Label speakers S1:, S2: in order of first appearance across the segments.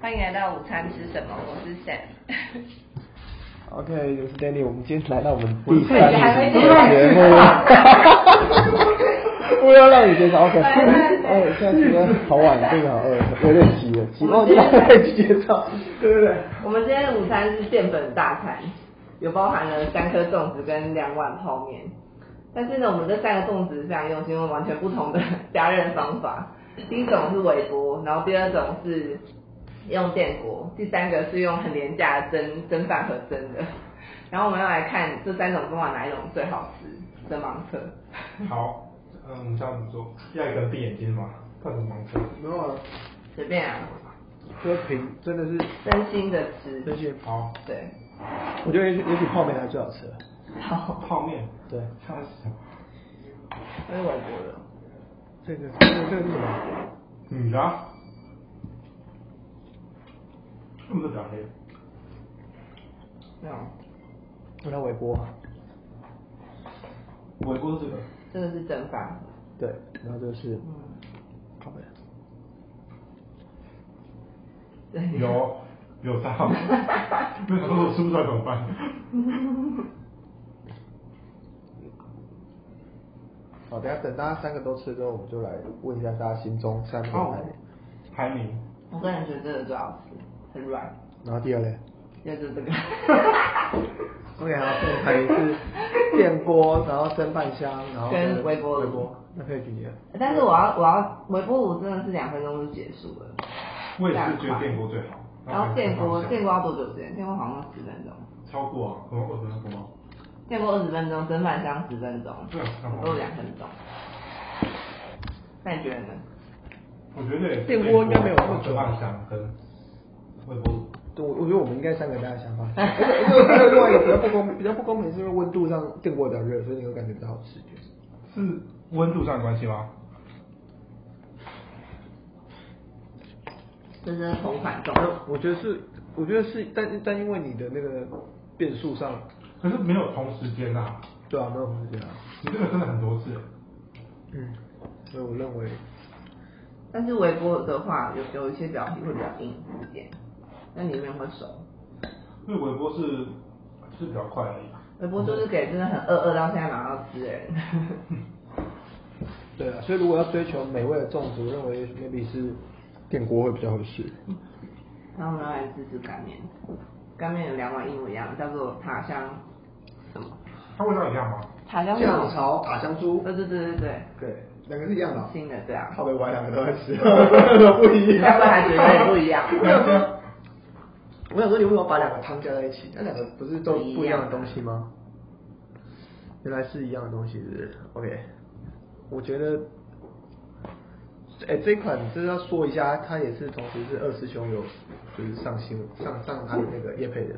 S1: 欢迎来到午餐吃什么？我是 Sam。
S2: OK，我是 Danny，我们今天来到我们
S3: 我
S2: 第
S3: 自己
S2: 三
S3: 还没
S2: 集
S3: 介
S2: 的
S3: 绍
S2: 节目
S3: 自己啊，
S2: 我要让你介绍 OK，
S1: 来来来
S2: 哎，现在时间好晚了，真的好饿，有点急了，急哦，你要再介绍，对不对？
S1: 我们今天午餐是淀粉大餐，有包含了三颗粽子跟两碗泡面。但是呢，我们这三个粽子非常用心，用完全不同的加热方法。第一种是微波，然后第二种是用电锅，第三个是用很廉价的蒸蒸饭盒蒸的。然后我们要来看这三种方法哪一种最好吃，真盲 测。
S3: 好，嗯，我们这样怎么做？要一个人闭眼睛吗？看什么盲测？
S2: 没有啊，
S1: 随便啊，
S2: 这瓶真的是
S1: 真心的吃。
S2: 这些，
S3: 好，
S1: 对，
S2: 我觉得也许也许泡面才最好吃了，
S1: 好，
S3: 泡面。
S2: 对，
S3: 它是什么？
S1: 我是微波的。
S2: 这个这个这个是什么？
S3: 女的啊。他们都比较黑。
S1: 没
S2: 啊
S1: 有，
S2: 我要微波啊，
S3: 我锅这个。
S1: 这个是蒸饭。
S2: 对，然后这个是
S1: 嗯，
S2: 泡面，哎
S1: 对。
S3: 有有三号。没想到我吃不出来怎么办？
S2: 好，等一下等大家三个都吃之后，我们就来问一下大家心中三名
S3: 哦
S2: 排名，
S3: 排名。
S1: 我个人觉得这个最好吃，很软，
S2: 然后第二嘞。
S1: 要就是 这个。
S2: OK，好，这个排名是电锅，然后蒸饭箱，然后
S1: 跟微波炉
S2: 微波，那可以举你了。
S1: 但是我要我要微波炉真的是两分钟就结束了。
S3: 我也是觉得电锅最好。
S1: 然后电锅电
S3: 锅
S1: 锅要多久时间？电锅好像要十分钟，
S3: 超过啊，可能二十分钟吗？
S1: 电锅二十分钟，蒸饭箱十分钟，
S3: 对啊差不多
S1: 都两分钟。那你觉得呢？
S3: 我觉得
S2: 电锅应该没有那么啊久
S3: 饭箱跟微波炉。
S2: 对，我我觉得我们应该三个大家 想法，而且而且我觉得另外一个比较不公平，比较不公平是因为温度上电锅比较热，所以你会感觉比较好吃一点。
S3: 是温度上的关系吗？
S1: 这是同款重，
S2: 我觉得是，我觉得是，但但因为你的那个变数上，
S3: 可是没有同时间啊，
S2: 对啊，没有时间啊。
S3: 你这个真的很多次。
S2: 嗯，所以我认为，
S1: 但是微波的话，有有一些表皮会比较硬一点，那里面会熟。
S3: 因为微波是是比较快而已。
S1: 微波就是给真的很饿饿到现在马上要吃的人。
S2: 对啊，所以如果要追求美味的粽子，我认为 maybe 是电锅会比较合适。
S1: 然后我们要来试试干面，干面有两碗一模一样，叫做塔香什么？
S3: 它味道一样吗？
S1: 塔香哦
S2: 酱炒塔香猪
S1: 对对对对对，
S2: 对，两个是一样的啊、
S1: 新的对啊。
S2: 靠北我还两个都在 吃，不一样。
S1: 该不会还觉得也不一 样
S2: 我想说，我想说，你为什么把两个汤加在一起？那两个不是都不一样的东西吗？原来是一样的东西，是不是？OK，我觉得，哎、这款就是要说一下，它也是同时是二师兄有就是上新闻上上他的那个叶配的，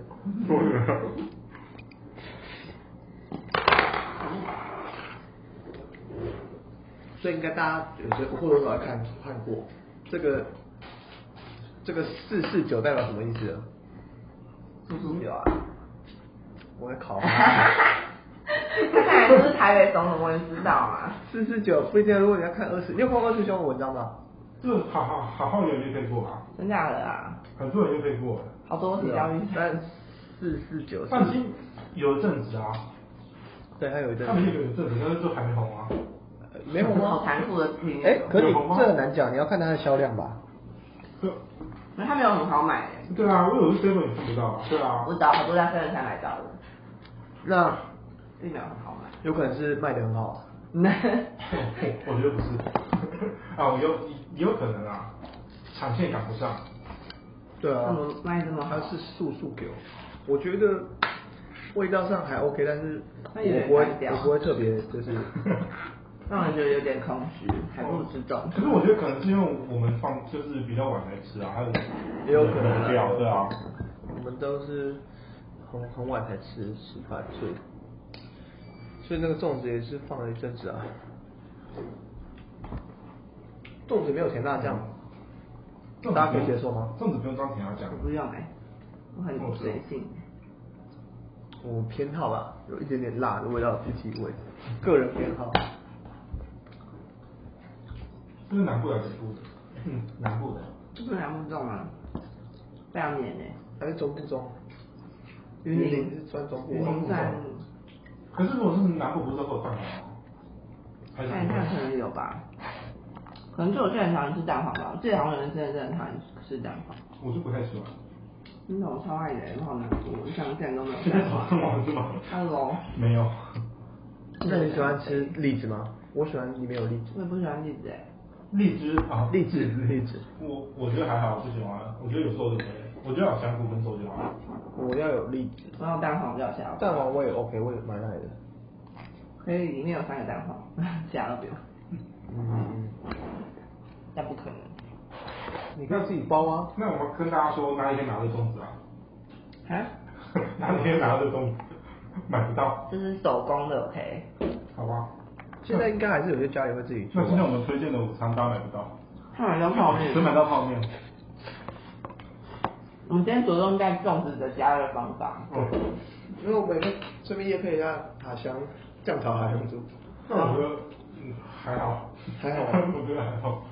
S2: 所以应该大家有些或多或少看看过这个这个四四九代表什么意思啊？
S1: 猪猪酒啊。
S2: 我在考
S1: 这
S2: 啊。
S1: 哦 看来就是台北总统，我也知道嘛。
S2: 四四九不一定，如果你要看二十，你有看过二师兄的文章吗？
S3: 这个好好好好有运费过啊，
S1: 真假的啊？
S3: 很多人运费过。
S1: 好多体教育生。
S2: 但四四九
S3: 范鑫有一阵子啊，
S2: 对，他有一阵
S3: 他们也有一阵子，但是就还没红啊。
S2: 呃没有
S1: 好
S2: 吗？
S1: 残酷的评语。
S2: 哎，可你
S3: 有吗
S2: 这很难讲，你要看它的销量吧。
S3: 对
S1: 可他没有很好买耶，
S3: 对啊，我有一 seven 也看不到啊。对啊
S1: 我，找好多家分人才买到的，
S2: 那
S1: 并没有很好买。
S2: 有可能是卖的很好啊，
S3: 我觉得不是 啊，我有也有可能啊，产线赶不上。
S2: 对啊
S1: 怎么，嗯卖这么好
S2: 它是素素给我，我觉得味道上还 OK，但是
S1: 那有点
S2: 我不会
S1: 单调
S2: 我不会特别 就是，
S1: 让人觉得有点空虚，还不如吃粽
S3: 哦可是我觉得可能是因为我们放就是比较晚才吃啊，还有
S2: 也有可能啊
S3: 掉对啊。
S2: 我们都是很很晚才吃吃饭，所以所以那个粽子也是放了一阵子啊。粽子没有甜辣酱吗？
S3: 粽子
S2: 大家可以接受吗
S3: 粽子不用装甜啊，酱
S1: 我。不用哎、我很随性。
S2: 我偏好吧，有一点点辣的味道，自己味，个人偏好。
S3: 这是南部还是北部的？嗯，南部的。
S1: 这不是两分钟吗？非常黏诶、
S2: 还是中不中？
S1: 云林
S2: 是算中部
S1: 云
S2: 吗
S1: 林站，
S3: 可是如果是南部，不是都会有蛋黄吗？还是
S1: 但
S3: 不
S1: 看哎
S3: 会
S1: 可能有吧，可能就有些人讨厌吃蛋黄吧，我记得好像有人真的真的讨厌吃蛋黄，
S3: 我是不太喜欢。
S1: 真的我超爱的，我好难过，我想见都没有
S3: 现在
S1: 蛋
S3: 早
S1: 黄。
S3: 上忙 是吗？
S1: Hello，
S3: 没有，
S2: 那你喜欢吃栗子吗？我喜欢里面有栗子。
S1: 我也不喜欢栗子欸诶、
S3: 荔枝啊，
S2: 荔枝荔枝。
S3: 我我觉得还好，我不喜欢。我觉得有时候就可以，我觉得有香菇跟瘦就好了。
S2: 我要有栗子。
S1: 我要蛋黄比较香，
S2: 蛋黄我也 OK，我也蛮爱的。
S1: 可以哎里面有三个蛋黄，其他都不用，
S2: 嗯，
S1: 那不可能，
S2: 你可以自己包啊。
S3: 那我们跟大家说，哪里可以拿这粽子啊？
S1: 啊，
S3: 哪里可以拿这粽子？买不到，
S1: 这是手工的 OK，
S3: 好吧？
S2: 现在应该还是有些家里会自己做啊
S3: 那今天
S2: 吧。
S3: 我们推荐的午餐大家买不到，哦
S1: 看完就泡面
S3: 只。买到泡面。
S1: 我们今天着重在粽子的加热方法，
S2: 哦
S3: 嗯，
S2: 因为我们也顺便也配一下塔香酱炒塔香猪。
S3: 那我觉得嗯还好，
S2: 还好啊
S3: 我觉得还好。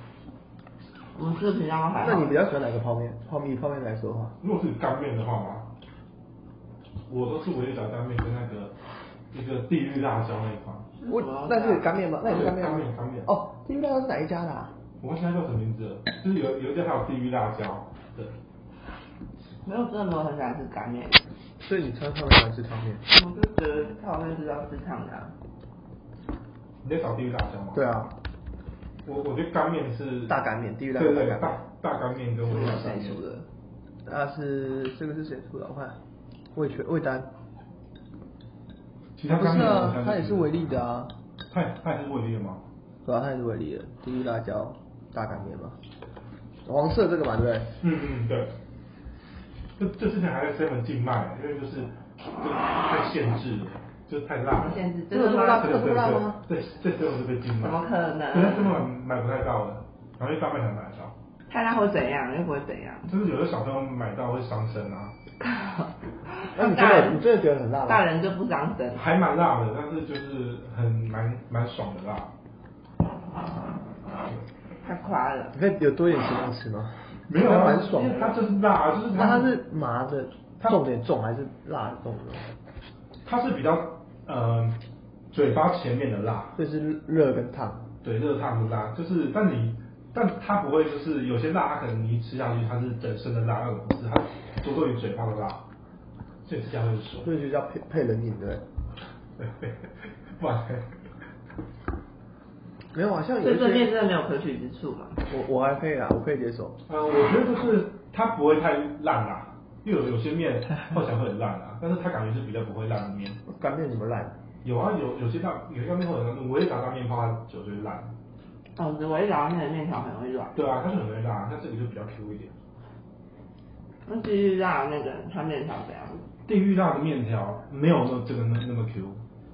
S1: 我们吃的平常都还好。
S2: 那你比较喜欢哪个泡面？泡面以泡面来说的话，
S3: 如果是干面的话嘛，我都是唯一炸干面跟那个一个地狱辣椒那一款。
S2: 我那是干面吗？那也是干面吗？
S3: 干面干面
S2: 哦，地狱辣椒是哪一家的、啊？
S3: 我忘记它叫什么名字了，就是有有一家还有地狱辣椒，对，
S1: 没有，真的没有很喜欢吃干面，
S2: 所以你吃泡面还是吃汤面？
S1: 我就觉得泡面是要吃烫的啊、
S3: 你在找地狱辣椒吗？
S2: 对，啊，
S3: 我我觉得干面是
S2: 大干面地狱辣椒
S3: 对对对
S2: 大干
S3: 大大干面跟我
S2: 是
S3: 辣
S2: 谁
S3: 干面
S2: 出的？那是这个是谁出的？我看魏全魏丹，
S3: 其他
S2: 不
S3: 干
S2: 是
S3: 面我
S2: 啊
S3: 好像，
S2: 他也是维力的啊，
S3: 它也它也是威力的吗？
S2: 对啊，他也是维力的地狱辣椒大擀面吧，黄色这个嘛，对不对？
S3: 嗯嗯，对。这这之前还在 seven 禁卖，因为就是就太限制了，就是太辣
S1: 什么
S3: 了。
S1: 限制？
S2: 这
S1: 真
S2: 个
S1: 的
S2: 是辣
S1: 吗？
S3: 对
S2: 这个
S3: 对
S2: 不辣
S3: 对
S2: 吗，
S3: 对，这这种是被禁卖。
S1: 怎么可能
S3: 对，根本买不太到的，然后一般卖场买得到，
S1: 太辣会怎样？又不会怎样。
S3: 就是有的小朋友买到会伤身啊，
S2: 那你真
S1: 大
S2: 的
S1: 人
S2: 你真的觉得很辣
S1: 大
S2: 吗？
S1: 人就不伤身，
S3: 还蛮辣的，但是就是很蛮蛮爽的辣。
S1: 太夸了。
S2: 你可以有多一点形容词吗？
S3: 没有
S2: 它
S3: 啊，
S2: 蛮爽
S3: 因
S2: 的
S3: 为。它就是辣，就是
S2: 那
S3: 它
S2: 它是麻的重点重还是辣的重点？
S3: 它是比较呃嘴巴前面的辣，
S2: 所以是热跟烫。
S3: 对，热烫的辣，就是但你但它不会就是有些辣，它可能你一吃下去它是整身的辣，那种不是它着重于嘴巴的辣，所以吃下去很爽。
S2: 所以就叫配配冷饮对不对？
S3: 对对， 不然
S2: 没有啊，像有
S1: 所以
S2: 一
S1: 这面
S2: 些
S1: 真的没有可取之处嘛？
S2: 我我还可以啊，我可以接受。
S3: 呃，我觉得就是它不会太烂啦、因为有有些面泡起来会很烂啊，但是它感觉是比较不会烂的面。
S2: 擀面怎么烂？
S3: 有啊，有有些辣，有些面会很烂，我也炸到面包它久就会烂。
S1: 总之，我一早上那个面条很容易软。
S3: 对啊，它是很容易辣，它这里就比较 Q 一点。
S1: 那继续辣那个它面条怎样？
S3: 地狱辣的面条没有那这个那那么 Q，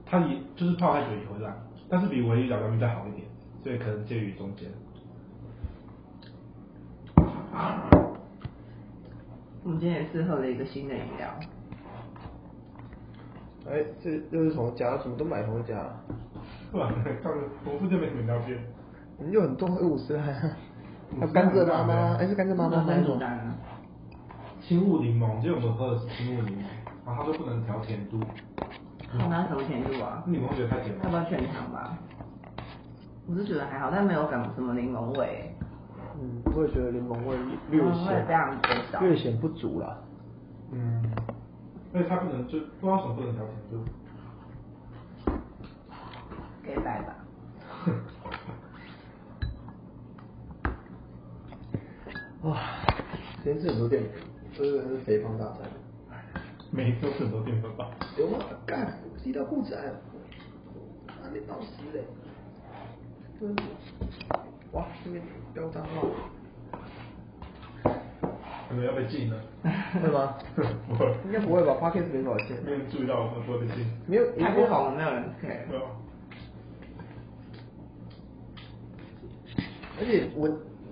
S3: 它也就是泡太久也会烂，但是比唯一炸酱面再好一点，所以可能介于中间。
S1: 我们今天也试喝了一个新的饮料，
S2: 哎，这又是从家，什么都买啊从家，
S3: 不然看我附近没什么饮料店，
S2: 我们就很多喝五十来，还有甘蔗妈妈，
S3: 啊
S2: 哎是甘蔗妈妈还
S1: 分
S2: 是什
S1: 煮
S2: 么？
S1: 单啊。
S3: 青雾柠檬，今天我们喝的是青雾柠檬，然后它说不能调甜度，
S1: 我拿什么甜度啊？
S3: 啊你们会觉得太甜
S1: 要不
S3: 吗？
S1: 要全糖吧？我是觉得还好，但没有感什么柠檬味，
S2: 嗯，我也觉得柠檬味略
S1: 嗯会非常减
S2: 显
S1: 少
S2: 略显不足啦。
S3: 嗯，而且它不能就不知道为什么不能调甜度。
S1: 给白吧。
S2: 哇，今天吃很多淀粉，真的是肥胖大餐。
S3: 每一次都是很多淀粉吧，
S2: 有啊，干，踢到裤子啊，还没啊到十嘞。真是哇，这边飙脏话，
S3: 可能要被禁了。
S2: 会 吗？
S3: 不会，
S2: 应该不会吧 p o d c a s 没多少钱，
S3: 没人注意到我们说的禁，
S2: 没有，
S1: 太不红了，没有人 care。
S3: 对吧？
S2: 而且我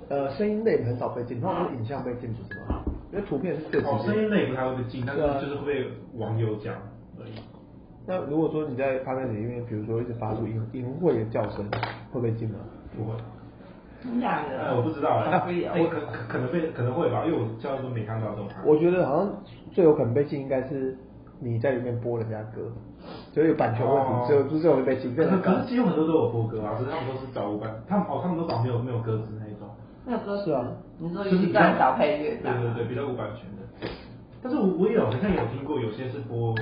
S2: 呃声音类很少被禁，通常都是影像被禁，不是吗？因为图片是最直
S3: 哦，声
S2: 接
S3: 音。类不太会被禁，但是
S2: 对啊
S3: 就是会被网友讲而已。
S2: 那如果说你在 p o d c a s 里面，比如说一直发出淫淫秽的叫声，会被禁吗？
S3: 不会，
S1: 真假的？
S3: 哎，我不知道哎，
S1: 不有
S3: 哎可可可能被可能会吧，因为我教育都没看到这种啊。
S2: 我觉得好像最有可能被禁应该是你在里面播人家歌，所以有版权问题，最后最后会被禁。
S3: 哦可
S2: 这
S3: 是
S2: 很
S3: 可
S2: 尴
S3: 是几乎很多都有播歌啊，只是他们都是找五百，他们哦他们都找没有没有歌词那一种，
S1: 那不
S2: 是啊
S1: 你说
S3: 就是
S1: 一
S3: 比较
S1: 段小配乐这
S3: 对
S1: 样
S3: 对对，比较无版权的。但是我我也有好像有听过，有些是播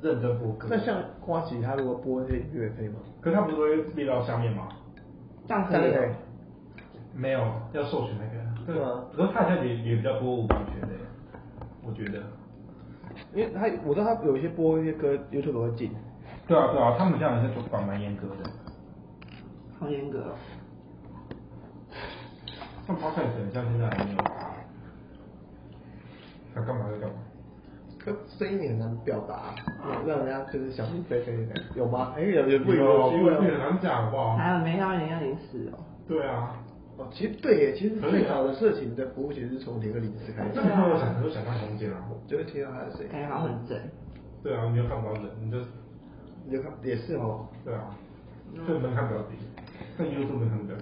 S3: 认真播歌，
S2: 那像瓜吉他如果播这些音乐可以吗？
S3: 可是他不是都会列到下面吗？
S1: 这样可
S2: 当
S1: 以
S2: 然
S1: 哦
S2: 可以。
S3: 没有，要授权那个。
S2: 对啊
S3: 可是他好像也也比较播无版权的耶，我觉得。
S2: 因为他我知道他有一些播一些歌 YouTube 都会禁，
S3: 对啊对啊，他们这样也是主管蛮严格的。
S1: 好严格哦。
S3: 像 podcast 很像现在还没有。他干嘛就干嘛。
S2: 可声音也很难表达，让人家就是想入非非的感觉，有吗？哎、有有
S3: 不
S2: 不
S3: 有，因为
S2: 有
S3: 很难讲好不好？
S1: 还有没到人要零食哦。
S3: 对啊。
S2: 哦，其实对耶，其实最好的社群的服务其实是从零个零四开始
S3: 这，个让我想，很多想象空间啊。
S2: 就会听到他的声音。
S1: 感觉好像很正。
S3: 对啊，你又看不到人，你就
S2: 你就看也是哦，
S3: 对啊，这个门槛比较低，但 YouTube 门槛比较高。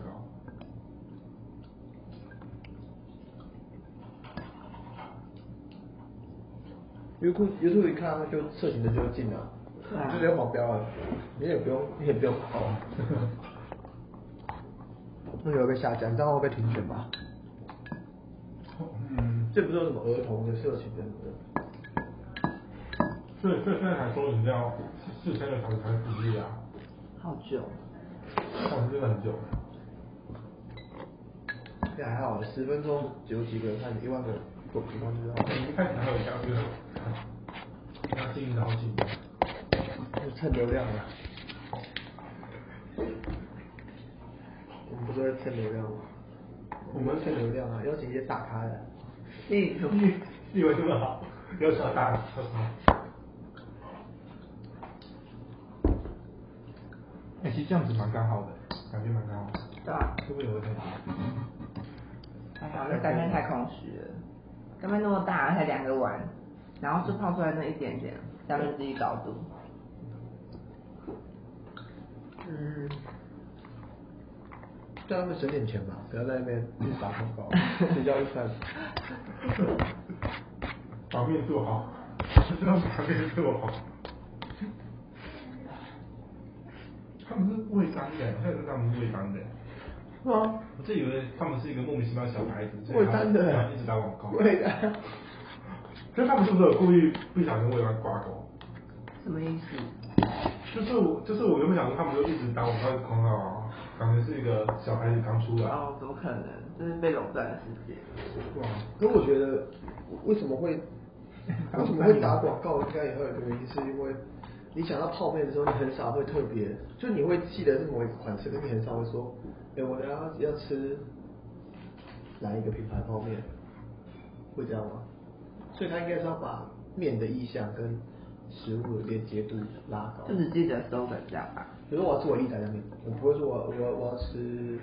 S2: y o u t u b YouTube 一看他就社群的就进了，
S1: 对啊
S2: 就没有保镖了，你也不用 你也不用跑。那有一个下架，你知道会被停权吧？
S3: 嗯，
S2: 这不是有什么儿童的社群的什么的，
S3: 所以所以现在还说你要四千个小时才毕业啊，
S1: 好久。
S3: 哇，真的很久。
S2: 这还好，啊十分钟有几个人看，一万个过几万知道。
S3: 你一开始还有一家就是，他经营了好几年。
S2: 就蹭流量啊了。我们不都是蹭流量吗？
S3: 我们
S2: 蹭流量啊，邀请一些大咖的。
S1: 例如，
S3: 你你以为这么好？要小大家说哎、其实这样子蛮刚好的，感觉蛮刚好的。
S1: 对吧？
S3: 会不会有点？
S1: 还好，那三天太空虚了。干面那么大，才两个碗，然后就泡出来那一点点，三分之一高度。
S2: 嗯，叫他们啊省点钱吧，不要在那边一直打广 告，比较一番。
S3: 把面做好，知道把面做好。他们是未当的，我现在他们是未当的。
S2: 是吗？
S3: 我自以为他们是一个莫名其妙的小孩子，所
S2: 会
S3: 以他
S2: 单
S3: 们
S2: 的，
S3: 一直打广告。
S2: 会单。
S3: 可是他们是不是有故意不小心为他挂钩？
S1: 什么意思？
S3: 就是我，就是我原本想说他们就一直打广告，一直狂打广告，感觉是一个小孩子刚出来。
S1: 哦，怎么可能？这是被垄断的世界。
S3: 哇，
S2: 可我觉得为什么 会为什么会打广告？应该也会有一个原因，是因为你想到泡面的时候，你很少会特别，就你会记得是某一个款式，但你很少会说，哎、我等一下要要吃哪一个品牌泡面，会这样吗？所以他应该是要把面的意向跟食物的连接度拉高
S1: 就。只记得 slogan 这样吧。
S2: 比如说我要吃我意大利面，我不会说我我我要吃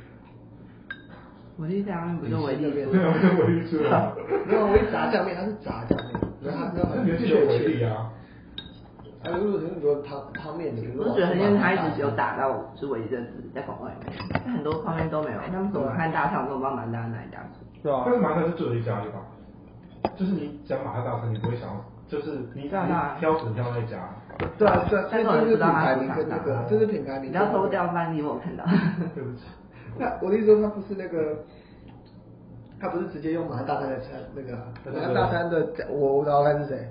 S1: 我第一家面不就维力
S2: 你吃
S1: 素
S2: 那
S3: 没
S2: 边
S3: 有没有，我就知道。
S2: 没 有，我一炸酱面，它是炸酱面，然后它要
S3: 啊那
S2: 很
S3: 你就
S2: 确
S3: 学
S2: 切
S3: 回力啊。
S2: 还有就是很多汤汤面的，比如
S1: 我
S2: 说
S1: 就觉得很因
S2: 像
S1: 为他一直只有打到是唯一的字在广告里面，但很多方面都没有。他们什么看大厂都不知道蛮大的哪一家出。
S2: 对啊
S3: 但是麻辣是最有一家的吧？就是你讲麻辣大餐，你不会想要，就是你
S1: 当然啊
S3: 你挑只挑那一家，
S2: 对啊，对啊，所
S1: 但
S2: 以
S1: 是我也
S2: 这
S1: 不知
S2: 是品
S1: 道他
S2: 牌
S1: 是
S2: 名跟那
S1: 哪
S2: 个，这是品牌
S1: 你
S2: 名。
S1: 不要偷掉。范例，我有看到。
S3: 对不起。
S2: 那我的意思说，它不是那个，它不是直接用麻辣大餐的餐那个啊，麻辣大餐的，我我知道他是谁，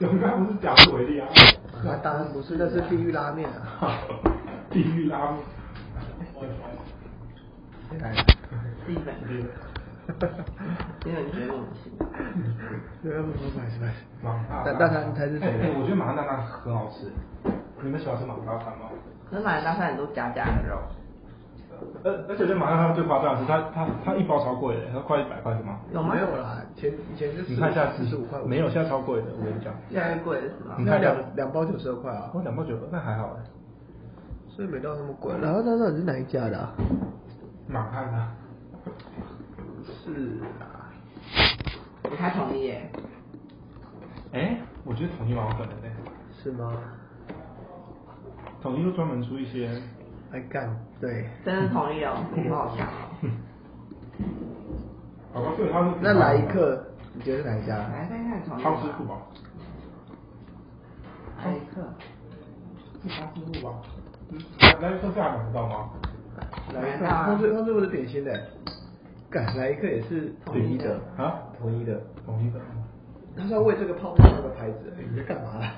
S3: 我们刚不是讲是维力啊？
S2: 麻辣大餐不是，那是地狱拉面啊。
S3: 地狱拉面。
S2: 谁来
S1: 日本， 日本觉得我们是。
S2: 不啊不不不好意思不好意思
S3: 麻辣
S2: 大大餐才是谁啊
S3: 哎哎我觉得麻辣大餐很好吃。你们喜欢吃麻辣大餐吗？
S1: 可是买大餐很多夹夹的肉，
S3: 而呃而且这麻辣大餐最夸张的是，它它它一包超贵的，它快一百块是吗？
S1: 有吗？
S2: 没有啦，前以前是
S3: 你看一下
S2: 四十五块，
S3: 没有，现在超贵的，我跟你讲，
S1: 越来越贵了是吗？
S3: 你
S2: 那
S3: 看一下
S2: 两两包九十二块啊，
S3: 我两包九，那还好哎。
S2: 所以没到那么贵。然后那到底是哪一家的啊？
S3: 满汉啊，
S2: 是啊，
S1: 我还同意耶。
S3: 哎，我觉得统一蛮有可能的，
S2: 是吗？
S3: 统一就专门出一些
S2: 哎干，对，
S1: 真的同意哦，你好强哦。
S3: 搞到最后它是
S2: 那来一克，你觉得是哪一家？
S1: 来看看床
S3: 汤师傅吧，
S1: 来一克，
S3: 是汤师傅吧？嗯，来来克这还买得到吗？
S2: 来一克，他是他是我的点心的，干来一克也是统一的
S3: 啊，
S2: 统一的。
S3: 统一的。
S2: 他是要为这个泡面那个牌子，你在干嘛啦？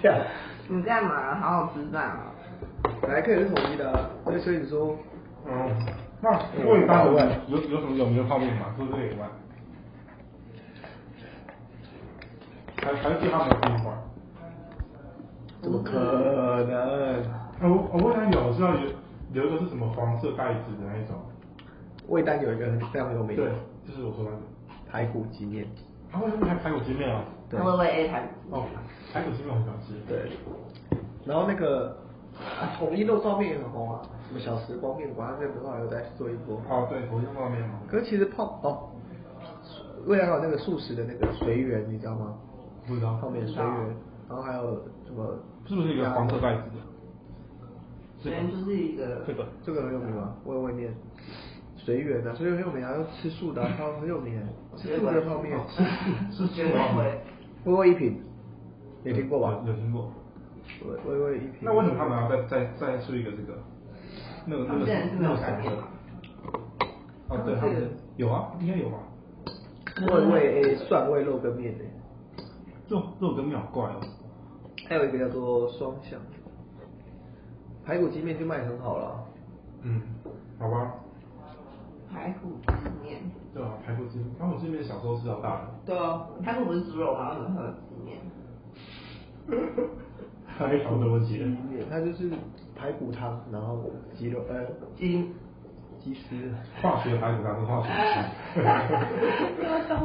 S2: 对啊，
S1: 你干嘛？好好吃饭啊！
S2: 来一克也是统一的啊，所以所以你说
S3: 嗯，那如果你当有有有什么有名的泡面吗？除了这个以外，还还是对他们有变化。
S2: 怎么可能？
S3: 哎我我问他有，我知道有有一个是什么黄色袋子的那一种，
S2: 味丹有一个非常有名
S3: 对
S2: 的，
S3: 就是我说那个。
S2: 排骨鸡面，
S3: 他为什么还排骨鸡面啊？
S2: 对
S1: 他会喂 A 盘，
S3: 哦，排骨鸡面我很想吃。
S2: 对，然后那个啊统一肉燥面也很红啊，什么小时光面馆，他那不是还有在做一波。
S3: 哦，对，头像泡面嘛。
S2: 可是其实泡哦，未来有那个素食的那个随缘，你知道吗？
S3: 不知道
S2: 泡面随缘，然后还有什么？
S3: 是不是一个黄色袋子的？
S1: 首先就是一个
S3: 这个
S2: 这个很有名吗？我有外面随缘啊，所以很有名啊，要吃素的、啊，它很有名、吃素的泡 面，
S3: 是
S1: 绝对会。
S2: 微微一品，没听过吧？
S3: 有听过。
S2: 微微微一品。
S3: 那为什么他们要再再再出一个这个？那个那个那个彩色？哦，对，他们有啊，应该有吧？
S2: 味味 A 蒜味肉羹面呢、
S3: 肉肉羹面好怪哦。
S2: 还有一个叫做双响，排骨鸡面就卖得很好了。
S3: 嗯，好吧。
S1: 排骨鸡面？
S3: 对啊，排骨鸡，排骨鸡面小时候吃到大的。
S1: 对啊，排骨不是猪肉吗？为什么会有鸡面？
S3: 还有什么问题？
S2: 鸡面它就是排骨汤，然后鸡肉呃
S1: 鸡
S2: 鸡丝。
S3: 化学排骨汤跟化学鸡。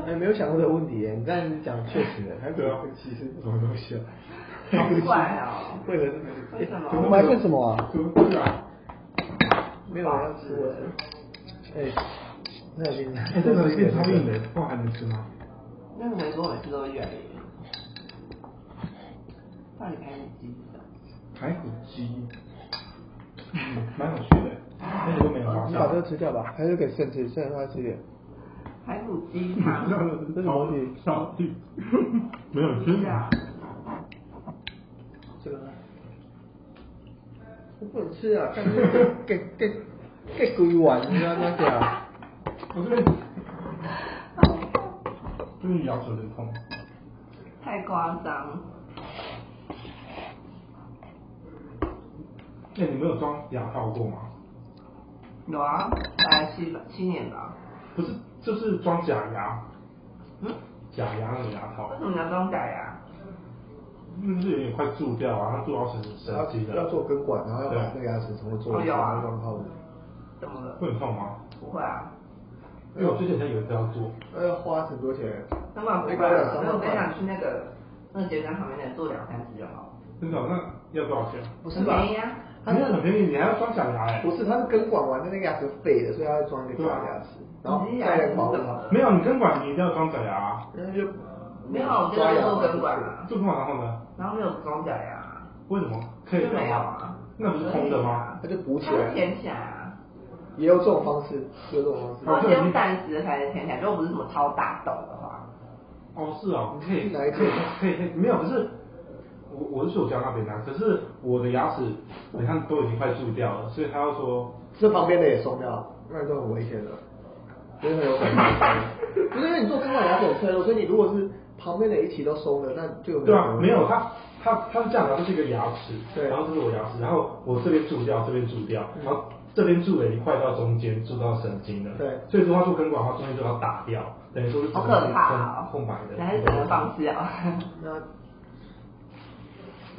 S2: 哎，没有想过这个问题耶，你这样讲确实的，排骨
S3: 对啊
S2: 其实什么东西啊？
S1: 好怪 哦
S2: 为了
S1: 为什么
S2: 我们还问什么啊？
S3: 可不可以啊？
S2: 没有人要吃我的。哎，那已经
S3: 哎，这个 变超硬的，不然还能吃吗？
S1: 那个美国每次都会越来越远。到底排骨鸡是什么？
S3: 排骨鸡，嗯，蛮有趣的，而且都没有发
S2: 你把这个
S3: 酵。
S2: 吃掉吧，还是给肾吃，肾让他吃一点。
S1: 排骨鸡汤。
S2: 这是毛笔
S3: 小弟，没有
S1: 等
S3: 真
S1: 一
S3: 的。
S1: 下
S2: 这个呢我不能吃啊，干脆 给给给鬼玩，你知道吗？对啊，
S3: 我这边这边咬手有点痛。
S1: 太夸张。
S3: 哎，你没有装牙套过吗？
S1: 有啊，大概七吧七年吧。
S3: 不是，就是装假牙，
S1: 嗯？
S3: 假牙那种牙套
S1: 为，什么你要装假牙？
S3: 那就是有点快蛀掉啊，它蛀到神
S2: 然
S3: 神
S2: 后
S3: 经
S2: 要
S3: 的，
S2: 做根管，然后要把那个牙齿重新做
S1: 哦
S2: 一
S1: 有
S2: 下，
S1: 啊
S2: 然后弄好的。
S1: 怎么了？
S3: 会很痛吗？
S1: 不会啊。
S3: 因为我之前有一次要做，
S2: 呃，花很多钱。
S1: 那么不
S2: 一
S1: 会
S2: 般
S1: 啊
S2: 两，三
S1: 那
S2: 万
S1: 我跟你讲，
S2: 块。
S1: 去那个那个捷运站旁边那里做两三次就好了。
S3: 真的，哦那要多少钱？
S2: 不是吧
S1: 很便宜啊？
S2: 它
S3: 没有很
S2: 是
S3: 便宜，你还要装假牙哎
S2: 不。是它是根管完的那个牙齿废的，所以它要装那个假牙齿，
S3: 嗯
S2: 然后
S1: 你的牙
S2: 再
S1: 齿
S2: 来
S1: 是
S2: 保护
S1: 怎么
S2: 它
S1: 了。
S3: 没有，你根管你一定要装假牙啊。
S2: 然后就
S1: 没有，我就是做根管啊，
S3: 做根管然后呢？
S1: 然后没有装假牙啊，
S3: 为什么可以
S1: 就没有
S3: 干嘛
S1: 啊。
S3: 那不是空的吗？
S2: 它就补起
S1: 它是
S2: 来，
S1: 填起来啊，
S2: 也有这种方式，有这种方式。
S1: 然后先用暂时才能填起来，如果不是什么超大洞的话。
S3: 哦，是哦，你可以
S2: 哪一个
S3: 可以可以可以，没有，可是我我是去我家那边啊，可是我的牙齿你看都已经快蛀掉了，所以他要说
S2: 这旁边的也松掉，那就很危险了，真的很有可能。 不是因为你做根管牙齿很脆弱，所以你如果是旁边的一起都松了，那就有
S3: 对啊，没有
S2: 它。
S3: 他他他是这样的，他就是一个牙齿，
S2: 对
S3: 然后这是我牙齿，然后我这边蛀掉，这边蛀掉，
S2: 嗯
S3: 然后这边蛀了一块到中间，蛀到神经了，
S2: 对
S3: 所以说他做根管的话，中间就要打掉，等于说是
S1: 好
S3: 整个
S1: 可怕哦！
S3: 空空白的，
S1: 你还是只能放弃啊。
S2: 那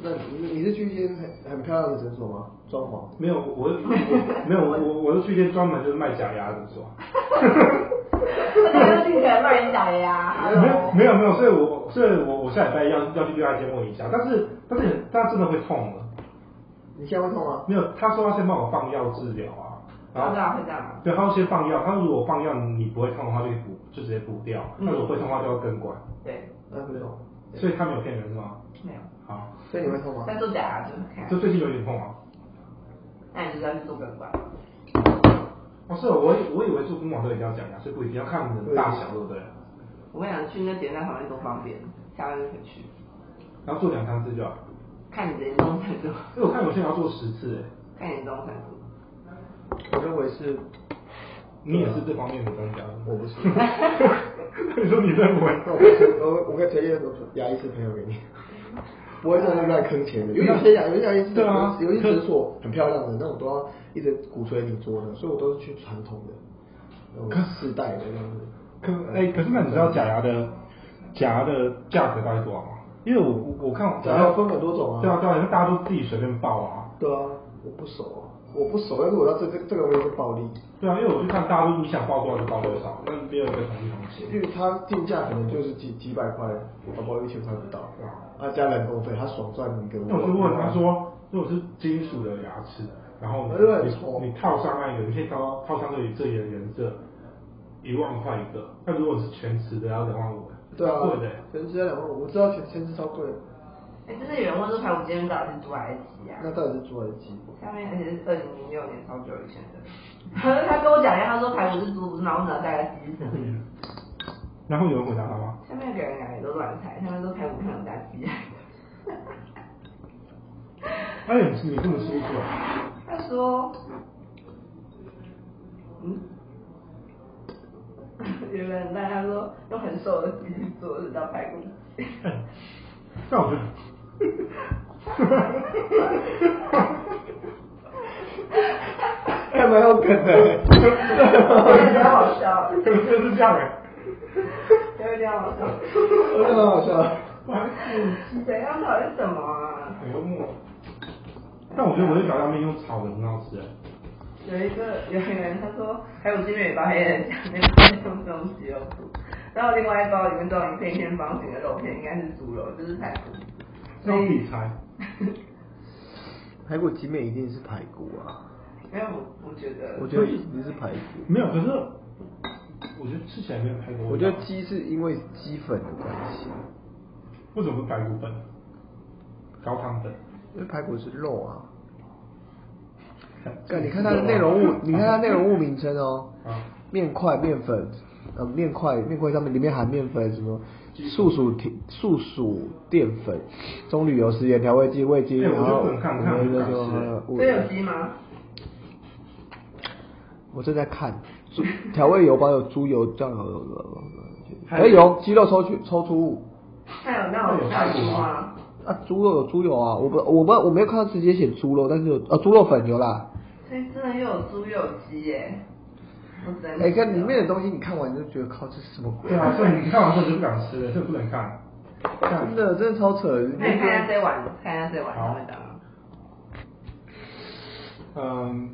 S2: 那你你是去一间很很漂亮的诊所吗？装潢？
S3: 没有，我我我没有，我我我是去一间专门就是卖假牙的诊所。啊
S1: 那就听起来卖假牙
S3: 没有
S1: ，Hello。
S3: 没有没有，所以我所以我我下礼拜要要去另外一间问一下，但是但是但真的会痛的，
S2: 你现在会痛吗？
S3: 没有，他说要先帮我放药治疗啊，然
S1: 我
S3: 后
S1: 知道会这样吗？
S3: 对，他说先放药，他说如果放药你不会痛的话就补就直接补掉，
S1: 嗯
S3: 那如果会痛的话就要根管，
S1: 对，
S2: 那会痛。
S3: 所以他没有骗人是吗？
S1: 没有。
S3: 好，
S2: 啊所以你会痛吗？
S1: 但做假牙就是看
S3: 就，最近有点痛啊，
S1: 那你就再去做根管。
S3: 哦，是哦我以我以为做公网都一定要讲啊牙，所以不一定要看你的大小，对不对？
S1: 我跟你讲，去那点在旁边多方便，下班就可以去，
S3: 然后做两三次就好。
S1: 看你的严重程度，
S3: 因为我看有些人要做十次，哎，
S1: 看严重程度。
S2: 我认为是，
S3: 你也是这方面的专家。
S2: 我不是
S3: 你说你认 为？
S2: 那我可我我可以推荐很多牙医师朋友给你，不会在那乱坑钱的。因为有些牙有些牙医师
S3: 嗯对啊
S2: 有些诊所很漂亮的，那种都要一直鼓吹你做的，所以我都是去传统的，那种世代的这样子。嗯
S3: 可哎、可是那你知道假牙的假牙的价格大概多少吗？因为我我我看
S2: 假牙分很多种啊
S3: 对啊对啊，因为大家都自己随便报啊。
S2: 对啊，我不熟啊，我不熟，但是我知道这这这个我也是暴利，
S3: 对啊，因为我去看大陆，你想报多少就报多少，那没有一个统一行情。
S2: 因为它定价可能就是几几百块，搞不好一千块不到，啊加人工费，他爽赚你个五。
S3: 那我就问他，说，如果是金属的牙齿，然后
S2: 哎对
S3: 你
S2: 错
S3: 你套上那一个，你可以套套上这里这里的颜色，一万块一个。那如果是全瓷的，要两万五，
S2: 对啊
S3: 贵的欸。，
S2: 全职要两万五，我知道全全职超贵，
S1: 哎、真的有人问说排骨煎到底是多埃及啊？
S2: 那到底是做还是鸡？
S1: 下面而且是二零零六年超久以前的，他他跟我讲一下，他说排骨是猪，然后呢大概鸡是什么？
S3: 然后有人回答他吗？
S1: 下面给人感觉都乱猜，他们说排骨像炸鸡。
S3: 哎，你你根本吃不出来。
S1: 他说，嗯，有个人带他说用很瘦的鸡去做是叫排骨鸡。
S3: 但我觉得，
S2: 还蛮有梗的，
S1: 有点好笑，
S3: 可能真的是这样哎。
S1: 有点好笑。
S2: 真的蛮好笑的。
S1: 怎样讨厌什么啊？
S3: 很幽默。哎但我觉得我对炸酱面用炒的很好吃哎。
S1: 有一个 有一个人他说，还有金尾巴黑人讲那个什么东西肉脯，然后另外一包里面装一片一片方形的肉片，应该是猪肉，就是排骨。
S3: 那我自己猜，
S2: 排骨鸡面一定是排骨啊，
S1: 没有，我我觉得，
S2: 我觉得一定是排骨。
S3: 没有，可是我觉得吃起来没有啊排骨味道。
S2: 我觉得鸡是因为鸡粉的关系，
S3: 为什么不排骨粉？高汤粉。
S2: 因为排骨是肉啊。干，你看它的内容 物，你看它内容物名称哦
S3: 啊，
S2: 面块、面粉，呃，面块、面块上面里面含面粉，什么素薯甜、素薯淀粉、棕榈油、食盐、调味剂、味精，
S3: 哎我
S2: 然
S3: 就
S2: 后
S3: 不能看看
S2: 我们
S3: 不
S2: 那
S3: 敢
S2: 就
S3: 吃
S2: 呃物
S1: 这有鸡吗？
S2: 我正在看猪调味油包有猪油、酱油，
S3: 还有
S2: 哎有鸡肉抽取抽出物
S1: 那有那有那有猪吗？
S2: 啊，猪肉有猪油啊，我不我不我没有看到直接写猪肉，但是有啊猪肉粉有啦。
S1: 所以真的又有猪又有鸡耶、我啊真的。
S2: 哎、看里面的东西，你看完就觉得靠，这是什么鬼
S3: 对？啊，所以你看完之后就不敢吃了，这不能看。
S2: 真的，真的超扯。
S1: 那你看一下这碗，看一下这碗他们讲吗？
S3: 嗯，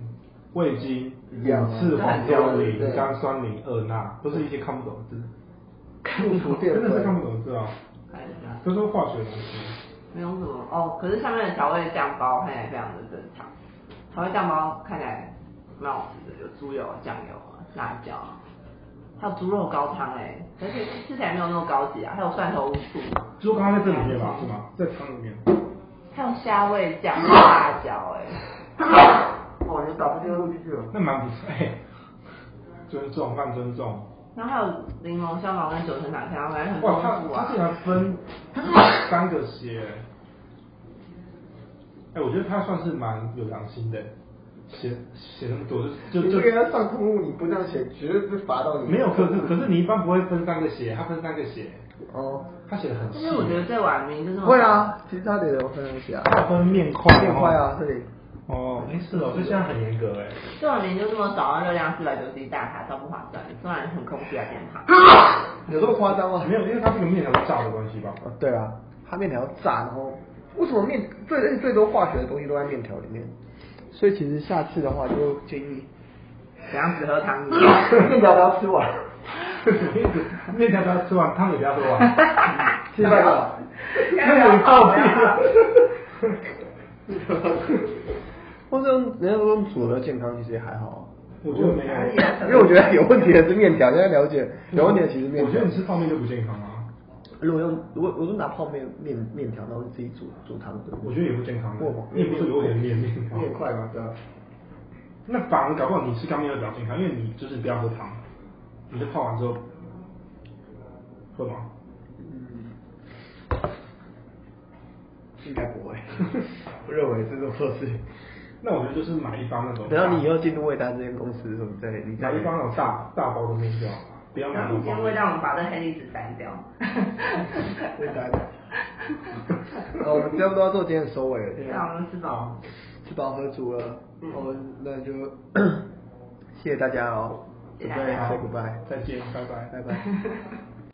S3: 味精、
S2: 一样啊
S3: 五次黄
S2: 这很
S3: 嘌
S2: 多
S3: 呤、
S2: 对
S3: 甘酸磷二钠，都是一些看不懂的字，
S2: 素薯淀
S3: 真的是看
S2: 粉，
S3: 不懂的字啊，
S1: 看一下，
S3: 都是化学的东西。
S1: 没有什么哦。可是上面的调味酱包看起来非常的正常，调味酱包看起来蛮好吃的，有猪油、酱油、啊辣椒，还有猪肉高汤哎、而且吃起来没有那么高级啊。还有蒜头乌醋，
S3: 猪肝在这里面吧，是吗？在汤里面。
S1: 还有虾味酱、辣椒哎、
S2: 哦，你打不进录进去了。
S3: 那蛮不错，哎尊重，半尊重。
S1: 然后还有柠檬香茅跟九层塔香，反正很丰
S3: 哇，他
S1: 富
S3: 他
S1: 啊
S3: 竟。然分三个鞋，哎、我觉得他算是蛮有良心的，写写那么多，就
S2: 你这
S3: 就就
S2: 个要上公路，你不这样写，绝对被罚到你。
S3: 没有。可是可是你一般不会分三个鞋，他分三个鞋，
S2: 哦，
S3: 他写的很
S1: 但
S3: 细
S1: 是。我觉得这碗名就是
S2: 会，啊，其实他得有分东西啊，
S3: 他有分面块，
S2: 变坏。啊，这里。
S3: 哦，没事哦，这现在很严格哎。
S1: 这碗名就这么少，热量四百九十一大卡，超不划算，虽然很空虚啊，变 胖。
S2: 有这么夸张吗
S3: 没？有，因为它这个面条是炸的关系吧。
S2: 哦，对啊，它面条要炸，然后为什么面最而且最多化学的东西都在面条里面？所以其实下次的话就建议
S1: 怎样只喝 汤米？
S2: 面条都要吃完，
S3: 面条不要吃完，汤也不 要喝啊完。
S2: 吃饭就好。
S1: 要不要泡不要泡
S2: 或者用人家说用组合健康其实也还好
S3: 我觉得没有。
S2: 啊，因为我觉得有问题的是面条，现在了解有问题的其实面
S3: 我觉
S2: 条
S3: 得。你吃泡面就不健康啊，
S2: 如果用如果我是拿泡面面面条，然后自己煮煮汤，对不对
S3: 我觉得也不健康啊
S2: 过吗。
S3: 你也不是有点面面条。
S2: 面块嘛，对啊。
S3: 那反而搞不好你吃干面会比较健康，因为你就是不要喝汤，你就泡完之后，会吗？
S2: 嗯，应该不会， 我认为这种措施。
S3: 那我觉得就是买一方那种大，
S2: 等到你以后进入味达这间公司的时候，你再你再
S3: 买一方那 种大大包的面就好了， 不要买
S1: 然
S3: 那
S1: 后
S3: 种
S1: 你今天
S3: 方
S1: 会让我们把这黑历史删掉。
S2: 味达。那哦我们差不多要做今天的收尾了。啊
S1: 让我们吃饱。
S2: 吃饱喝足了，
S1: 嗯
S2: 我们那就 谢谢大家哦
S1: 谢谢
S2: ，goodbye
S1: 大家
S2: say goodbye，
S3: 再见，拜拜，
S2: 拜拜。